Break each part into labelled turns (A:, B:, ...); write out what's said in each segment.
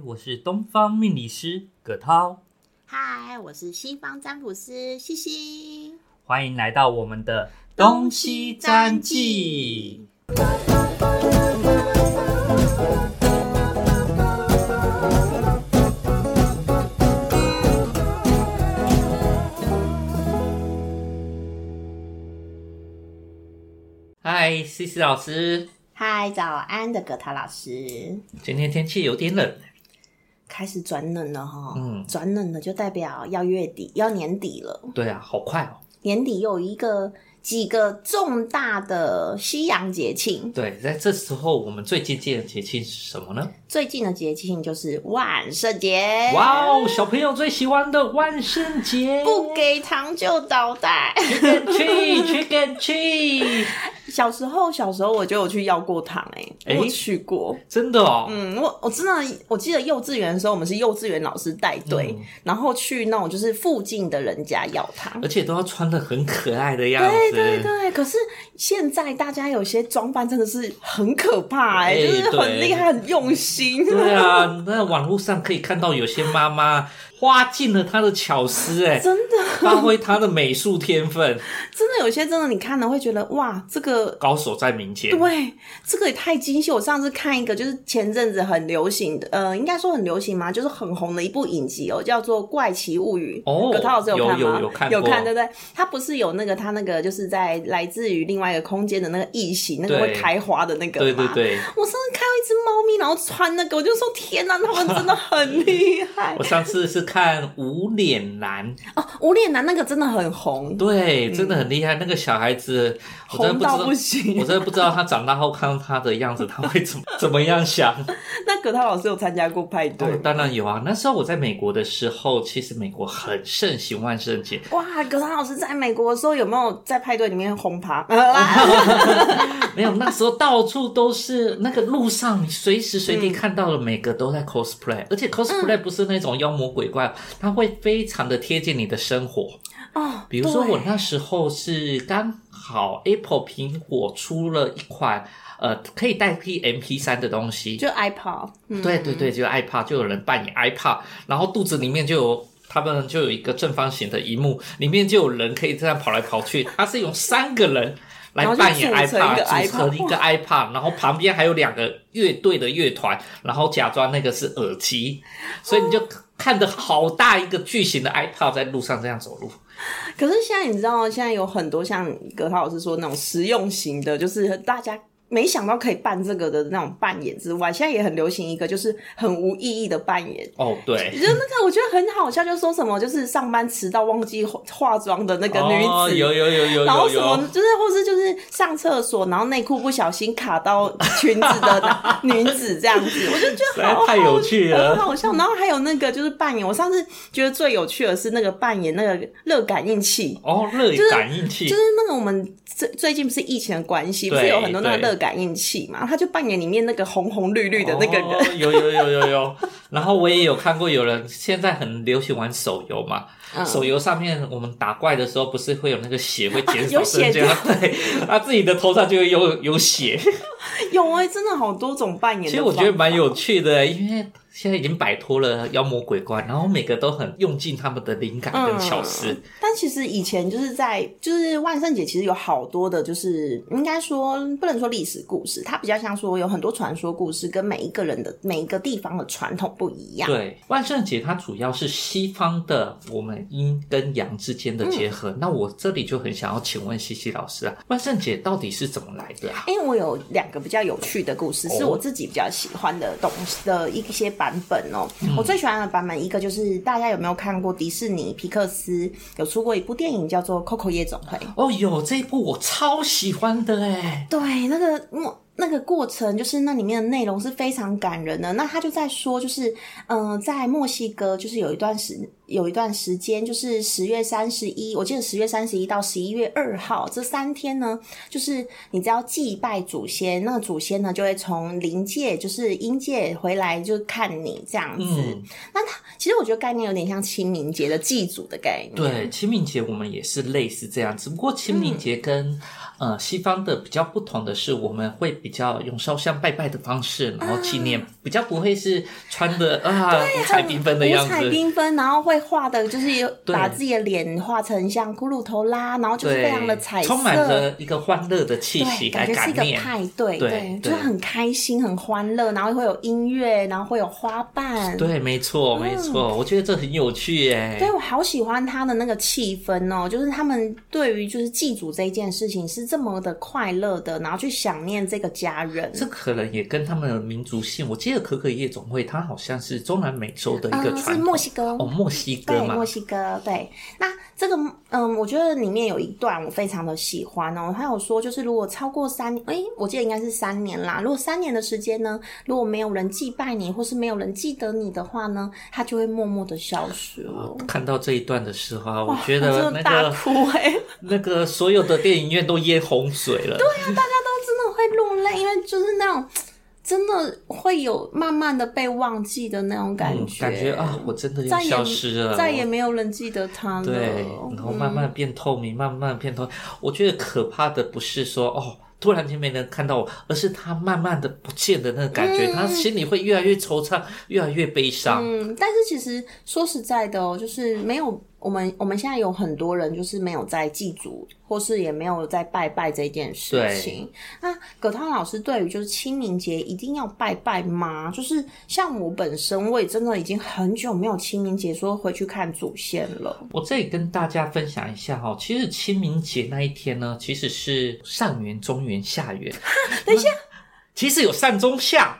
A: 我是东方命理师葛涛，
B: 嗨，我是西方占卜师西西。
A: 欢迎来到我们的
B: 东西占记。
A: 嗨，西西老师，
B: 嗨，早安的葛塔老师，
A: 今天天气有点冷，
B: 开始转冷了哈，
A: 嗯
B: 转冷了就代表要月底，要年底了，
A: 对啊，好快哦。
B: 年底又有一个几个重大的西洋节庆，
A: 对，在这时候我们最接近的节庆是什么呢？
B: 最近的节庆就是万圣节，
A: 哇哦，小朋友最喜欢的万圣节，
B: 不给糖就捣蛋。
A: 去去跟去，
B: 小时候，小时候我就有去要过糖、哎、
A: 哎
B: 我有去过。
A: 真的哦，
B: 嗯，我我真的我记得幼稚园的时候，我们是幼稚园老师带队，
A: 嗯
B: 然后去那种就是附近的人家要糖。
A: 而且都要穿的很可爱的样
B: 对
A: 子，
B: 对对，可是现在大家有些装扮真的是很可怕、哎、
A: 哎
B: 就是很
A: 对
B: 厉害、很用心。
A: 对啊，那网络上可以看到有些妈妈花尽了她的巧思、哎，
B: 真的，
A: 发挥她的美术天分，
B: 真的有些真的，你看了会觉得哇，这个
A: 高手在民间。
B: 对，啊这个也太精细。我上次看一个，就是前阵子很流行的，呃，应该说很流行嘛，就是很红的一部影集哦，叫做《怪奇物语》。
A: 哦
B: 葛涛老师
A: 有
B: 看吗？
A: 有有看过
B: 对不对？他不是有那个他那个就是在来自于另外一个空间的那个异形，那个
A: 对
B: 会开花的那个
A: 对对
B: 嘛。
A: 对，
B: 我上次看到一只猫咪，然后穿那个，我就说天哪，他们真的很厉 害
A: 我上次是看无脸男，
B: 哦！无脸男那个真的很红，
A: 对，真的很厉害。那个小孩子，我真的不
B: 嗯红
A: 知
B: 到
A: 道
B: 不，行
A: 我。真的不知道他长大后看到他的样子，他会怎么 怎么样想。
B: 那葛涛老师有参加过派对
A: 哦
B: 吗？
A: 当然有啊。那时候我在美国的时候，其实美国很盛行万圣节，
B: 哇，葛涛老师在美国的时候有没有在派对里面轰趴？
A: 哦
B: 哇
A: 没有，那时候到处都是，那个路上你随时随地看到了，每个都在 cosplay，、而且 cosplay
B: 嗯
A: 不是那种妖魔鬼怪，它会非常的贴近你的生活。
B: 哦，
A: 比如说我
B: 对
A: 那时候是刚好 Apple 苹果出了一款呃可以代替 MP 3的东西，
B: 就 iPod，嗯，
A: 对对对，就是 iPad，就有人扮演 iPad，然后肚子里面就有。他们就有一个正方形的一幕，里面就有人可以这样跑来跑去。它是用三个人来
B: 然后就
A: 扮演
B: 组成一个
A: iPad，组
B: iPod
A: 成一个 iPad，然后旁边还有两个乐队的乐团，然后假装那个是耳机，所以你
B: 哦
A: 就看着好大一个巨型的 iPad 在路上这样走路。
B: 可是现在你知道，现在有很多像葛涛老师说那种实用型的，就是大家。没想到可以扮这个的那种扮演之外，现在也很流行一个就是很无意义的扮演，
A: 哦，对
B: 就，是那个我觉得很好笑，就说什么就是上班迟到忘记化化妆的那个女子，
A: 哦，有有有有
B: 然后
A: 有
B: 什么
A: 有，
B: 就是或是就是上厕所，然后内裤不小心卡到裙子的那 女子这样子，我就觉
A: 实
B: 得
A: 在
B: 好
A: 太有趣
B: 很
A: 了。
B: 好笑。然后还有那个就是扮演，我上次觉得最有趣的是那个扮演那个热感应器。
A: 哦，热
B: 就是
A: 感应器
B: 就是那个我们最最近不是疫情的关系，不
A: 对
B: 是有很多那个
A: 对
B: 热感应器嘛？他就扮演里面那个红红绿绿的那个人，
A: 哦、有有有有有。然后我也有看过有人现在很流行玩手游嘛，
B: 嗯
A: 手游上面我们打怪的时候不是会有那个血会减
B: 有
A: 少
B: 血
A: 瞬间吗， 对，他自己的头上就会有有血。
B: 有哎、真的好多种扮演的。
A: 其实我觉得蛮有趣的，欸因为现在已经摆脱了妖魔鬼怪，然后每个都很用尽他们的灵感跟巧思。
B: 嗯但其实以前就是在就是万圣节，其实有好多的，就是应该说不能说历史故事，它比较像说有很多传说故事，跟每一个人的每一个地方的传统不一样。
A: 对，万圣节它主要是西方的我们阴跟阳之间的结
B: 嗯
A: 合。那我这里就很想要请问西西老师啊，万圣节到底是怎么来的啊？
B: 因为我有两个比较有趣的故事，
A: 哦
B: 是我自己比较喜欢的东西的一些版本哦。我最喜欢的版本一个就是大家有没有看过迪士尼皮克斯有出过一部电影叫做《Coco 夜总会》？
A: 哦，有这一部我超喜欢的哎，
B: 对，那个莫那个过程，就是那里面的内容是非常感人的。那他就在说，就是嗯、呃在墨西哥，就是有一段时有一段时间，就是十月三十一，我记得十月三十一到十一月二号这三天呢，就是你只要祭拜祖先，那祖先呢就会从灵界，就是阴界回来，就看你这样子。
A: 嗯，
B: 那他其实我觉得概念有点像清明节的祭祖的概念。
A: 对，清明节我们也是类似这样，只不过清明节跟、呃西方的比较不同的是，我们会比较用烧香拜拜的方式，然后纪念，
B: 啊
A: 比较不会是穿的啊五彩缤纷的样
B: 五
A: 子
B: 彩，缤纷，然后会画的，就是有
A: 对
B: 把自己的脸画成像骷髅头啦，然后就是
A: 对
B: 非常的彩，色，
A: 充满了一个欢乐的气息
B: 对，
A: 来
B: 感觉
A: 感
B: 是一个
A: 念。
B: 派对，
A: 对对
B: 就是很开心、很欢乐，然后会有音乐，然后会有花瓣，
A: 对，没错，没错，我觉得这很有趣耶。
B: 嗯对我好喜欢他的那个气氛哦，就是他们对于就是祭祖这一件事情是这么的快乐的，然后去想念这个家人。
A: 这可能也跟他们的民族性，我记得可可夜总会，它好像是中南美洲的一个
B: 嗯，是
A: 传统，
B: 墨西哥
A: 哦，墨西哥
B: 对，
A: 嘛
B: 墨，西哥，对。那这个，嗯，我觉得里面有一段我非常的喜欢哦。他有说，就是如果超过三，哎，我记得应该是三年啦。如果三年的时间呢，如果没有人祭拜你，或是没有人记得你的话呢，他就会默默的消失了。
A: 看到这一段的时候啊，哦我
B: 哇
A: 觉
B: 我
A: 得
B: 真
A: 那
B: 的大
A: 个
B: 哭哎、
A: 那个所有的电影院都淹洪水了。对，
B: 真的会落泪，因为就是那种真的会有慢慢的被忘记的那种感觉，
A: 感觉啊，我真的要
B: 再也
A: 消失了，
B: 再也没有人记得他了。
A: 对，然后慢慢变透明，慢慢变透明。我觉得可怕的不是说哦，突然间没人看到我，而是他慢慢的不见的那个感觉，他心里会越来越惆怅，越来越悲伤。
B: 嗯，但是其实说实在的哦，就是没有我们我们现在有很多人就是没有在祭祖，或是也没有在拜拜这件事情。那葛涛老师对于就是清明节一定要拜拜吗？就是像我本身，我也真的已经很久没有清明节说回去看祖先了。
A: 我这里跟大家分享一下哈、哦，其实清明节那一天呢，其实是上元、中元、下元。
B: 等一下，
A: 其实有上中下，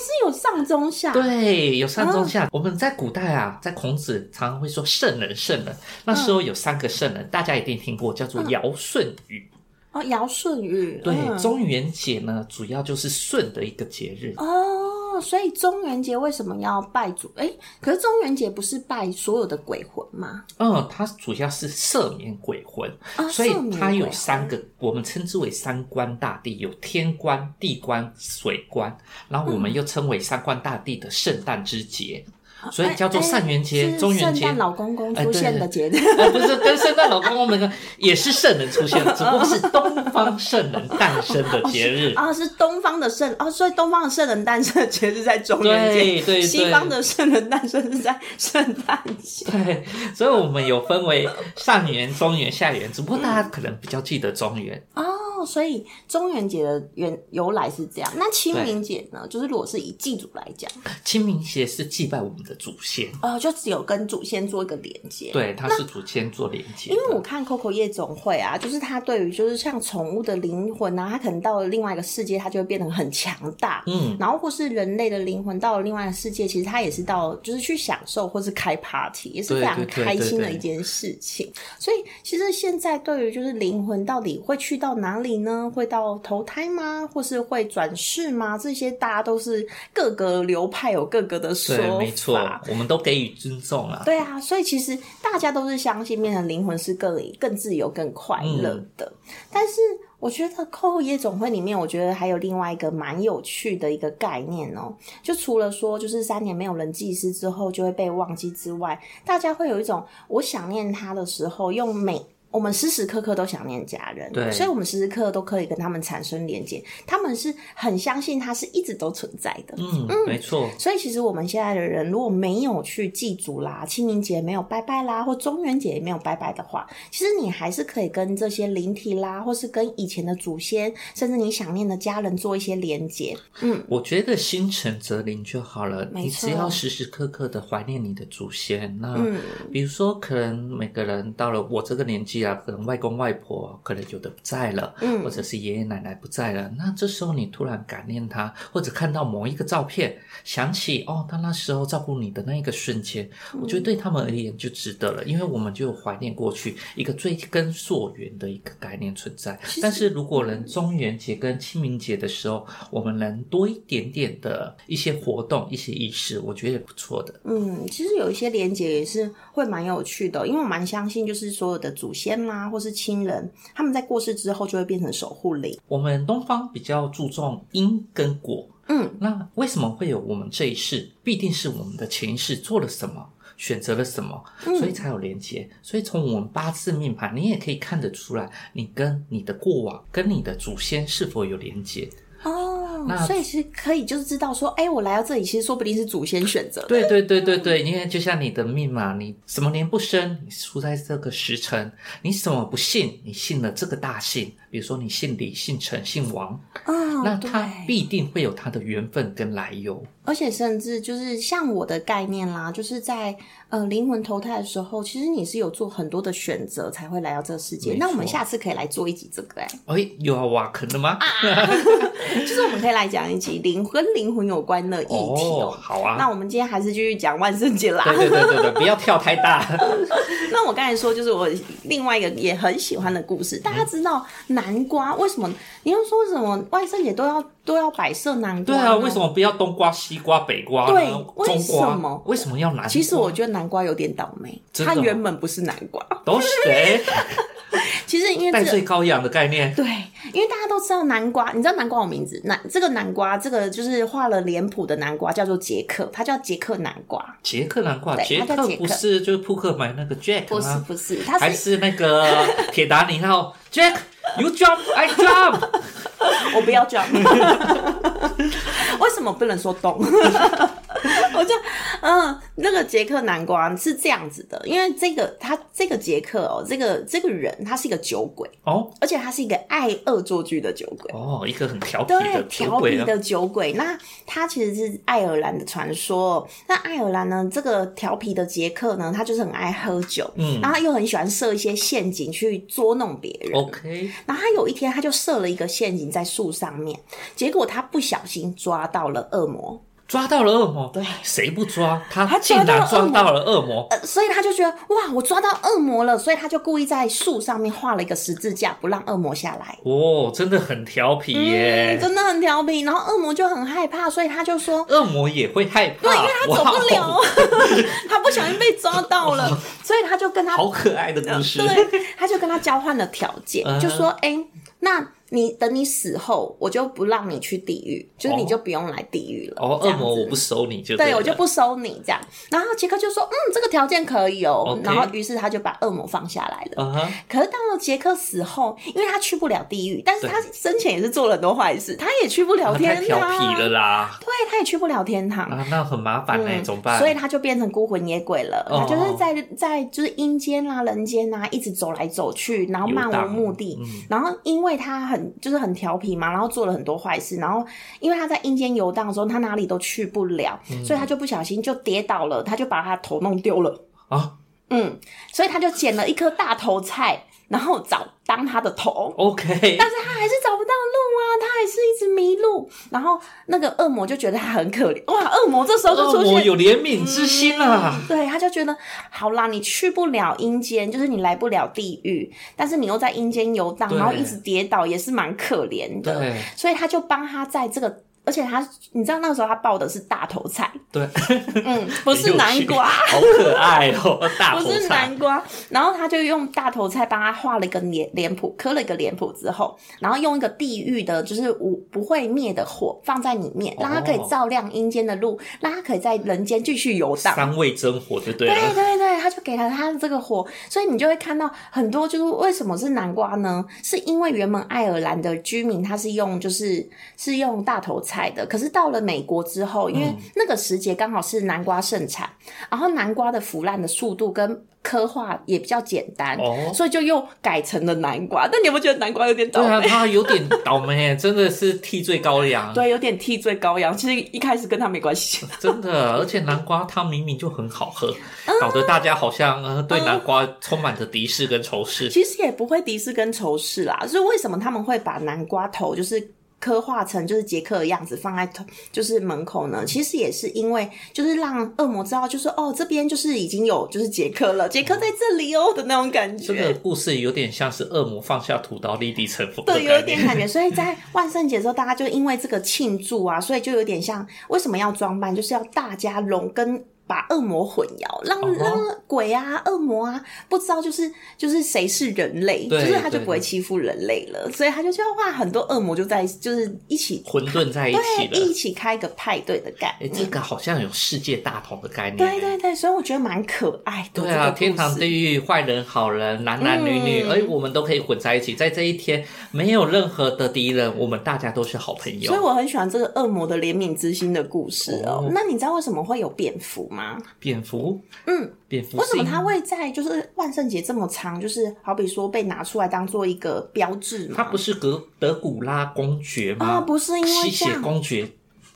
B: 是有上中下，
A: 对，有上中
B: 嗯
A: 下。我们在古代啊，在孔子常常会说圣人，圣人。那时候
B: 嗯
A: 有三个圣人，大家一定听过，叫做尧、舜、禹。
B: 哦，尧舜禹，
A: 对，
B: 嗯
A: 中元节呢，主要就是舜的一个节日。
B: 哦，所以中元节为什么要拜祖？哎、可是中元节不是拜所有的鬼魂吗？
A: 嗯，它主要是赦免鬼魂，
B: 啊，
A: 所以
B: 赦免
A: 它
B: 鬼啊
A: 有
B: 魂
A: 三个，我们称之为三官大帝，有天官、地官、水官，然后我
B: 嗯
A: 们又称为三官大帝的圣诞之节，所以叫做
B: 哎哎
A: 上元节、
B: 是
A: 中元
B: 圣
A: 节
B: 诞。老公公
A: 哎
B: 出
A: 对
B: 现的节日，
A: 啊，不是跟圣诞老公公们呢，也是圣人出现，只不 过是东方圣人诞生的节日。
B: 啊，是东方的圣啊，所以东方的圣人诞生的节是在中元节，
A: 对对对
B: 西方的圣人诞生是在圣诞节。
A: 对，所以我们有分为上元、中元、下元，只不过大家可能比较记得中元。
B: 哦，所以中元节的原由来是这样。那清明节呢？就是如果是以祭祖来讲，
A: 清明节是祭拜我们的祖先，
B: 呃，就只有跟祖先做一个连接。
A: 对，它是祖先做连接
B: 因为我
A: 的。
B: 看《Coco 夜总会》啊，就是他对于就是像宠物的灵魂啊，它可能到了另外一个世界，它就会变得很强大。
A: 嗯，
B: 然后或是人类的灵魂到了另外一个世界，其实它也是到就是去享受或是开 party，也是非常
A: 对对对
B: 开心
A: 对
B: 的
A: 对
B: 一件事情。所以其实现在对于就是灵魂到底会去到哪里呢？会到投胎吗？或是会转世吗？这些大家都是各个流派有各个的说法。
A: 对，没错，我们都给予尊重啊。
B: 对啊，所以其实大家都是相信，变成灵魂是更更自由、更快乐的。但是我觉得《扣夜总会》里面，我觉得还有另外一个蛮有趣的一个概念哦、就除了说就是三年没有人祭祀之后就会被忘记之外，大家会有一种我想念他的时候，用每我们时时刻刻都想念家人，
A: 对
B: 所以我们时时刻刻都可以跟他们产生连接，他们是很相信他是一直都存在的，
A: 嗯，没错。
B: 所以其实我们现在的人如果没有去祭祖啦、清明节没有拜拜啦，或中元节也没有拜拜的话，其实你还是可以跟这些灵体啦，或是跟以前的祖先，甚至你想念的家人做一些连接。嗯，
A: 我觉得心诚则灵就好了，
B: 没
A: 你
B: 错
A: 只要时时刻刻的怀念你的祖先。那、
B: 嗯
A: 比如说，可能每个人到了我这个年纪啊，可能外公外婆可能有的不在了，
B: 嗯
A: 或者是爷爷奶奶不在了，那这时候你突然感念他，或者看到某一个照片，想起哦，他那时候照顾你的那一个瞬间，我觉得对他们而言就值得了，因为我们就有怀念过去一个追根溯源的一个概念存在。但是如果能中元节跟清明节的时候，我们能多一点点的一些活动、一些仪式，我觉得也不错的。
B: 嗯，其实有一些连接也是会蛮有趣的，因为我蛮相信，就是所有的祖先啦，或是亲人，他们在过世之后就会变成守护灵。
A: 我们东方比较注重因跟果，
B: 嗯，
A: 那为什么会有我们这一世？必定是我们的前一世做了什么，选择了什么，
B: 嗯
A: 所以才有连接。所以从我们八字命盘，你也可以看得出来，你跟你的过往、跟你的祖先是否有连接。
B: 哦，
A: 那
B: 哦，所以是可以就是知道说，哎、我来到这里，其实说不定是祖先选择的。
A: 对对对对对，因为就像你的命嘛，你什么年不生，你出在这个时辰；你什么不信，你信了这个大姓，比如说你姓李、姓陈、姓王，
B: 哦，
A: 那
B: 对
A: 他必定会有他的缘分跟来由。
B: 而且甚至就是像我的概念啦，就是在呃灵魂投胎的时候，其实你是有做很多的选择才会来到这个世界。
A: 没错
B: 那我们下次可以来做一集这个、哎，
A: 哎，有啊，挖坑了吗？
B: 就是我们可以来讲一集灵跟灵魂有关的议题
A: 哦，
B: 哦。
A: 好啊。
B: 那我们今天还是继续讲万圣节 啦。
A: 对对对对对，不要跳太 大。
B: 那我刚才说，就是我另外一个也很喜欢的故事。大家知道南瓜为什么？你要说为什么万圣节都要都要摆设南瓜？
A: 对啊，为什？么不要东瓜、西瓜、北瓜呢？
B: 对为
A: 中瓜
B: 什么
A: 为什么要南瓜？
B: 其实我觉得南瓜有点倒霉，
A: 真的
B: 它
A: 哦
B: 原本不是南瓜。
A: 都 是谁？
B: 其实因为
A: 戴
B: 这个
A: 罪羔羊的概念。
B: 对，因为大家都知道南瓜，你知道南瓜有名字，南这个南瓜，这个就是画了脸谱的南瓜叫做杰克，它叫杰克南瓜，
A: 杰克南瓜，
B: 对
A: 杰
B: 他叫
A: 克
B: 杰克
A: 不是就是扑克牌那个 Jack 吗？
B: 不是不是，它
A: 啊还
B: 是
A: 是那个铁达尼号 Jack。You jump, I jump。
B: 我不要这样，为什么不能说懂？ 我就嗯，那个杰克南瓜是这样子的，因为这个他这个杰克哦，这个这个人他是一个酒鬼，
A: 哦
B: 而且他是一个爱恶作剧的酒鬼。
A: 哦，一个很调皮
B: 对
A: 的，酒
B: 调皮
A: 鬼啊。
B: 的酒鬼。那他其实是爱尔兰的传说。那爱尔兰呢，这个调皮的杰克呢，他就是很爱喝酒，
A: 嗯
B: 然后他又很喜欢设一些陷阱去捉弄别人。
A: 哦 OK，
B: 然后他有一天，他就设了一个陷阱在树上面，结果他不小心抓到了恶魔，
A: 抓到了恶魔。
B: 对
A: 谁不抓？他
B: 他
A: 竟
B: 抓到
A: 然
B: 了
A: 抓
B: 恶魔
A: 到了恶魔。
B: 呃，所以他就觉得哇，我抓到恶魔了，所以他就故意在树上面画了一个十字架，不让恶魔下来。
A: 哦，真的很调皮
B: 嗯，
A: 耶。
B: 真的很调皮。然后恶魔就很害怕，所以他就说
A: 恶魔也会害怕，
B: 对，因为他走不
A: 啊哇
B: 了
A: 哦，
B: 他不小心被抓到了，所以他就跟他
A: 好可爱的故事。
B: 对，他就跟他交换了条件
A: 嗯，
B: 就说：“哎、那你等你死后，我就不让你去地狱，就是你就不用来地狱了。
A: 哦，
B: 这
A: 恶
B: 样子
A: 魔我不收你就
B: 对
A: 了
B: 我就不收你这样。”然后杰克就说：“嗯，这个条件可以哦。
A: OK
B: 然后于是他就把恶魔放下来了。
A: 啊哈，
B: 可是到了杰克死后，因为他去不了地狱，但是
A: 对
B: 他生前也是做了很多坏事，他也去不了
A: 他
B: 天
A: 啊
B: 啊
A: 太
B: 堂，
A: 调皮了 啦。
B: 对，他也去不了天堂。
A: 啊，那很麻烦呢、
B: 嗯
A: 怎么办？
B: 所以他就变成孤魂野鬼了，
A: 哦
B: 他就是在在就是阴间啊、人间啊，一直走来走去，然后
A: 游
B: 漫
A: 荡
B: 无目的。
A: 嗯
B: 然后因为他很就是很调皮嘛，然后做了很多坏事，然后因为他在阴间游荡的时候，他哪里都去不了，
A: 嗯
B: 所以他就不小心就跌倒了，他就把他头弄丢了。
A: 啊
B: 嗯，所以他就捡了一颗大头菜，然后找当他的头。
A: ，OK，
B: 但是他还是找不到路啊，他还是一直迷路。然后那个恶魔就觉得他很可怜，哇！恶魔这时候就
A: 恶
B: 出
A: 魔
B: 现
A: 有怜悯之心啊。
B: 对，他就觉得好啦，你去不了阴间，就是你来不了地狱，但是你又在阴间游荡，
A: 对
B: 然后一直跌倒，也是蛮可怜的。
A: 对
B: 所以他就帮他在这个，而且他，你知道那个时候他报的是大头菜，
A: 对，
B: 嗯，不是
A: 很有趣
B: 南瓜。
A: 好可爱哦，大
B: 不
A: 头
B: 是
A: 菜。
B: 南瓜，然后他就用大头菜帮他画了一个脸脸谱，刻了一个脸谱之后，然后用一个地狱的，就是无不会灭的火放在里面，让他可以
A: 哦
B: 照亮阴间的路，让他可以在人间继续游荡。
A: 三味真火就对啊了。
B: 对对对，他就给了他这个火，所以你就会看到很多，就是为什么是南瓜呢？是因为原本爱尔兰的居民他是用就是是用大头菜的，可是到了美国之后，因
A: 嗯
B: 为那个时节刚好是南瓜盛产，然后南瓜的腐烂的速度跟刻画也比较简单，
A: 哦
B: 所以就又改成了南瓜。但你有没有觉得南瓜有点倒
A: 对啊，
B: 霉？
A: 他有点倒霉 耶，真的是替罪羔羊。
B: 对，有点替罪羔羊。其实一开始跟他没关系，
A: 真的，而且南瓜汤明明就很好喝，
B: 嗯
A: 搞得大家好像呃对南瓜充满着敌视跟仇视。
B: 其实也不会敌视跟仇视啦，所以为什么他们会把南瓜头就是刻画成就是杰克的样子放在头就是门口呢？其实也是因为就是让恶魔知道，就是哦这边就是已经有就是杰克了，杰克在这里哦的那种感
A: 这个
B: 觉。
A: 故事有点像是恶魔放下屠刀立地成佛的
B: 对，有
A: 概
B: 一点
A: 念。
B: 感觉，所以 在万圣节的时候，大家就因为这个庆祝啊，所以就有点像为什么要装扮，就是要大家融跟。把恶魔混淆，让
A: 哦吼
B: 让鬼啊、恶魔啊不知道就是就是谁是人类，就
A: 对
B: 是他就
A: 对
B: 不会欺负人类了，所以他就就要画很多恶魔就在就是一起
A: 混沌在一起
B: 对一
A: 了。
B: 起开个派对的概
A: 哎，
B: 念。
A: 这个好像有世界大同的概念。啊
B: 对对对，所以我觉得蛮可爱的。
A: 对啊，
B: 这个
A: 天
B: 故事
A: 堂、地狱、坏人、好人、男男女女，
B: 嗯
A: 而我们都可以混在一起。在这一天，没有任何的敌人，我们大家都是好朋友。
B: 所以我很喜欢这个恶魔的怜悯之心的故事哦。
A: 哦
B: 那你知道为什么会有蝙蝠吗？
A: 蝙蝠，
B: 嗯，
A: 蝙蝠
B: 为什么
A: 是
B: 它会在就是万圣节这么长，就是好比说被拿出来当做一个标志嘛？
A: 他不是格德古拉公爵
B: 啊、
A: 吗？
B: 不是因为
A: 吸
B: 这
A: 血
B: 样。
A: 公爵，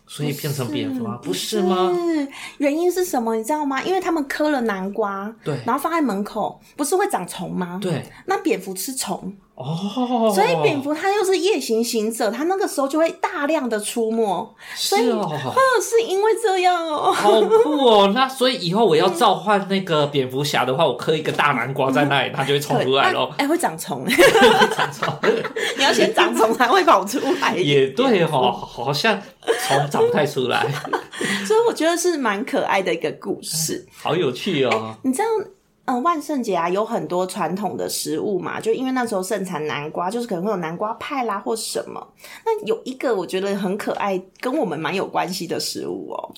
A: 所以变成蝙蝠吗？
B: 不
A: 不是吗？
B: 是啊原因是什么？你知道吗？因为他们磕了南瓜，
A: 对
B: 然后放在门口，不是会长虫吗？，
A: 对，
B: 那蝙蝠吃虫，
A: 哦，
B: 所以蝙蝠它又是夜行行者，它那个时候就会大量的出没。
A: 是哦。
B: 哦，是因为这样哦。
A: 好酷哦！那所以以后我要召唤那个蝙蝠侠的话，我刻一个大南瓜在那里，它就会冲
B: 对，
A: 出来
B: 那
A: 咯。
B: 哎、会长虫，
A: 长虫
B: 你要先长 虫才会跑出来。
A: 也对哦，好像虫长不太出来，
B: 所以我觉得是蛮可爱的一个故事。
A: 好有趣哦。
B: 你知道，嗯、万圣节啊有很多传统的食物嘛，就因为那时候盛产南瓜，就是可能会有南瓜派啦或什么。那有一个我觉得很可爱，跟我们蛮有关系的食物哦、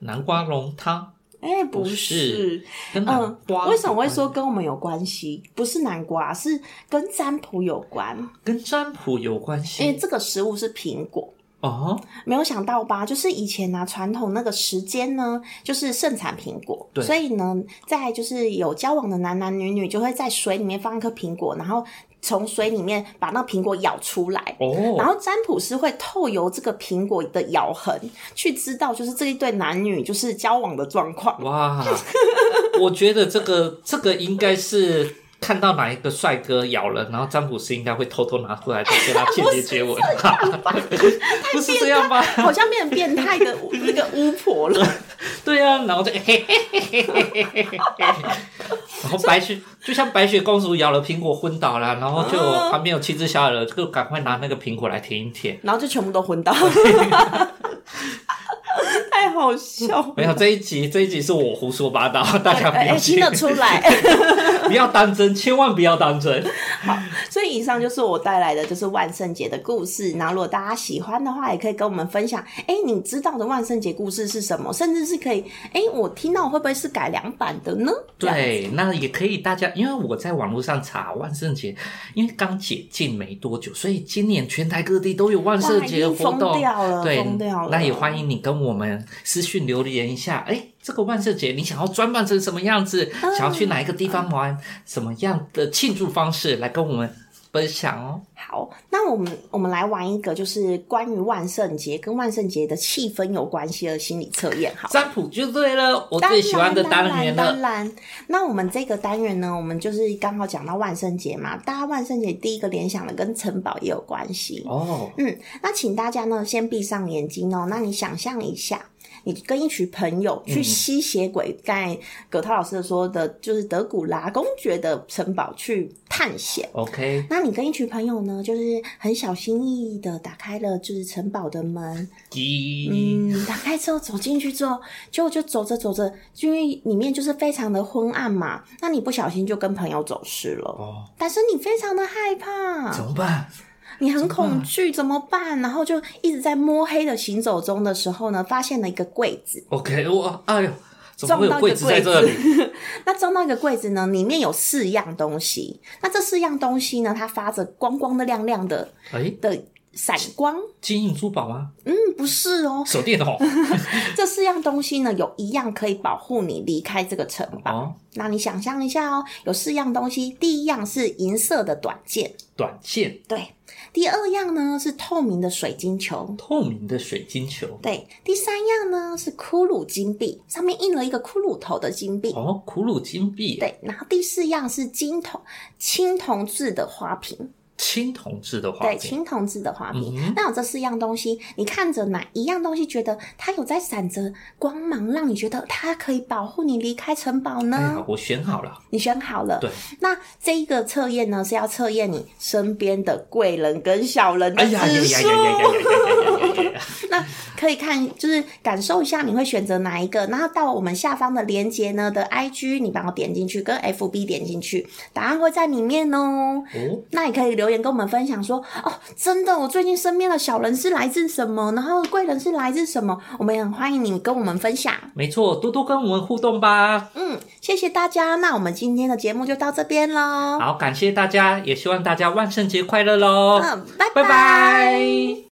A: 南瓜浓汤
B: 哎、不
A: 不是
B: 是，
A: 跟南
B: 嗯，
A: 瓜、
B: 为什么会说跟我们有关系？不是南瓜，是跟占卜有关，
A: 跟占卜有关
B: 因为
A: 系？
B: 这个食物是苹果。
A: 哦，
B: 没有想到吧？就是以前呢、啊传统那个时间呢，就是盛产苹果，
A: 对
B: 所以呢，在就是有交往的男男女女就会在水里面放一颗苹果，然后从水里面把那苹果咬出来。然
A: 哦，
B: 后占卜师会透由这个苹果的咬痕去知道，就是这一对男女就是交往的状况。
A: 哇！我觉得这个 这个应该是看到哪一个帅哥咬了，然后占卜师应该会偷偷拿出来再跟他间接接吻， 不是这样吧？
B: 好像变成变态的 那个巫婆了，
A: 对啊，然后就嘿 嘿嘿嘿嘿嘿嘿，然后白雪就像白雪公主咬了苹果昏倒了，然后就
B: 啊
A: 旁边有七只小耳朵，就赶快拿那个苹果来舔一舔。
B: 然后就全部都昏倒， 太好笑了。
A: 没有这一集，这一集是我胡说八道，大家不
B: 哎
A: 要
B: 哎听
A: 信
B: 得，出来。
A: 不要当真，千万不要当 真。
B: 所以以上就是我带来的，就是万圣节的故事。然后如果大家喜欢的话，也可以跟我们分享，哎，你知道的万圣节故事是什么？甚至是可以，哎，我听到会不会是改良版的呢？这样，
A: 对，那也可以，大家因为我在网络上查万圣节，因为刚解禁没多久，所以今年全台各地都有万圣节的活
B: 哇已经疯
A: 动
B: 掉了。
A: 对
B: 呃疯掉了，
A: 那也欢迎你跟我们私讯留言一下。哎，这个万圣节你想要装扮成什么样子？
B: 嗯
A: 想要去哪一个地方玩？什么样的庆祝方式来跟我们分享哦？
B: 好，那我们我们来玩一个，就是关于万圣节跟万圣节的气氛有关系的心理测验，好。
A: 占卜就对了，我最喜欢的单元
B: 当然，
A: 了。
B: 当然那我们这个单元呢，我们就是刚好讲到万圣节嘛，大家万圣节第一个联想的跟城堡也有关系。
A: 哦，
B: 嗯，那请大家呢先闭上眼睛哦。那你想象一下，你跟一群朋友去吸血鬼，刚才葛涛老师说的，就是德古拉公爵的城堡去探险。
A: OK，
B: 那你跟一群朋友呢，就是很小心翼翼的打开了就是城堡的门，
A: 一
B: 嗯，打开之后走进去之后，就就走着走着，因为里面就是非常的昏暗嘛，那你不小心就跟朋友走失了，
A: 哦，
B: 但是你非常的害怕，
A: 怎么办？
B: 你很恐惧，怎么办？然后就一直在摸黑的行走中的时候呢，发现了一个柜子，
A: OK，我哎呦，怎么会有柜子在这里？
B: 那装到一个柜子呢，里面有四样东西。那这四样东西呢，它发着光光的、亮亮的
A: 哎，
B: 的闪光。
A: 金银珠宝吗？
B: 嗯，不是哦，
A: 手电筒
B: 这四样东西呢，有一样可以保护你离开这个城堡。
A: 哦，
B: 那你想象一下哦，有四样东西，第一样是银色的短剑，
A: 短线、
B: 对；第二样呢是透明的水晶球，
A: 透明的水晶球，
B: 对，第三样呢是骷髅金币，上面印了一个骷髅头的金币。
A: 哦，苦鲁金币，，
B: 对，然后第四样是金铜青铜制的花瓶，
A: 青铜制的花
B: 对，
A: 瓶，
B: 青铜制的花瓶。
A: 嗯，
B: 那有这四样东西，你看着哪一样东西觉得它有在闪着光芒，让你觉得它可以保护你离开城堡呢？
A: 哎呀，我选好了，
B: 你选好了。
A: 对，
B: 那这一个测验呢，是要测验你身边的贵人跟小人的
A: 哎呀呀
B: 指
A: 呀呀
B: 数。
A: 呀呀呀呀呀呀呀对，
B: 那可以看，就是感受一下你会选择哪一个，然后到我们下方的连接呢的 IG，你把我点进去，跟 FB 点进去，答案会在里面哦。
A: 哦，
B: 那也可以留言跟我们分享说，哦，真的，我最近身边的小人是来自什么，然后贵人是来自什么，我们也很欢迎你跟我们分享。
A: 没错，多多跟我们互动吧。
B: 嗯，谢谢大家，那我们今天的节目就到这边喽。
A: 好，感谢大家，也希望大家万圣节快乐喽，
B: 嗯，拜
A: 拜拜。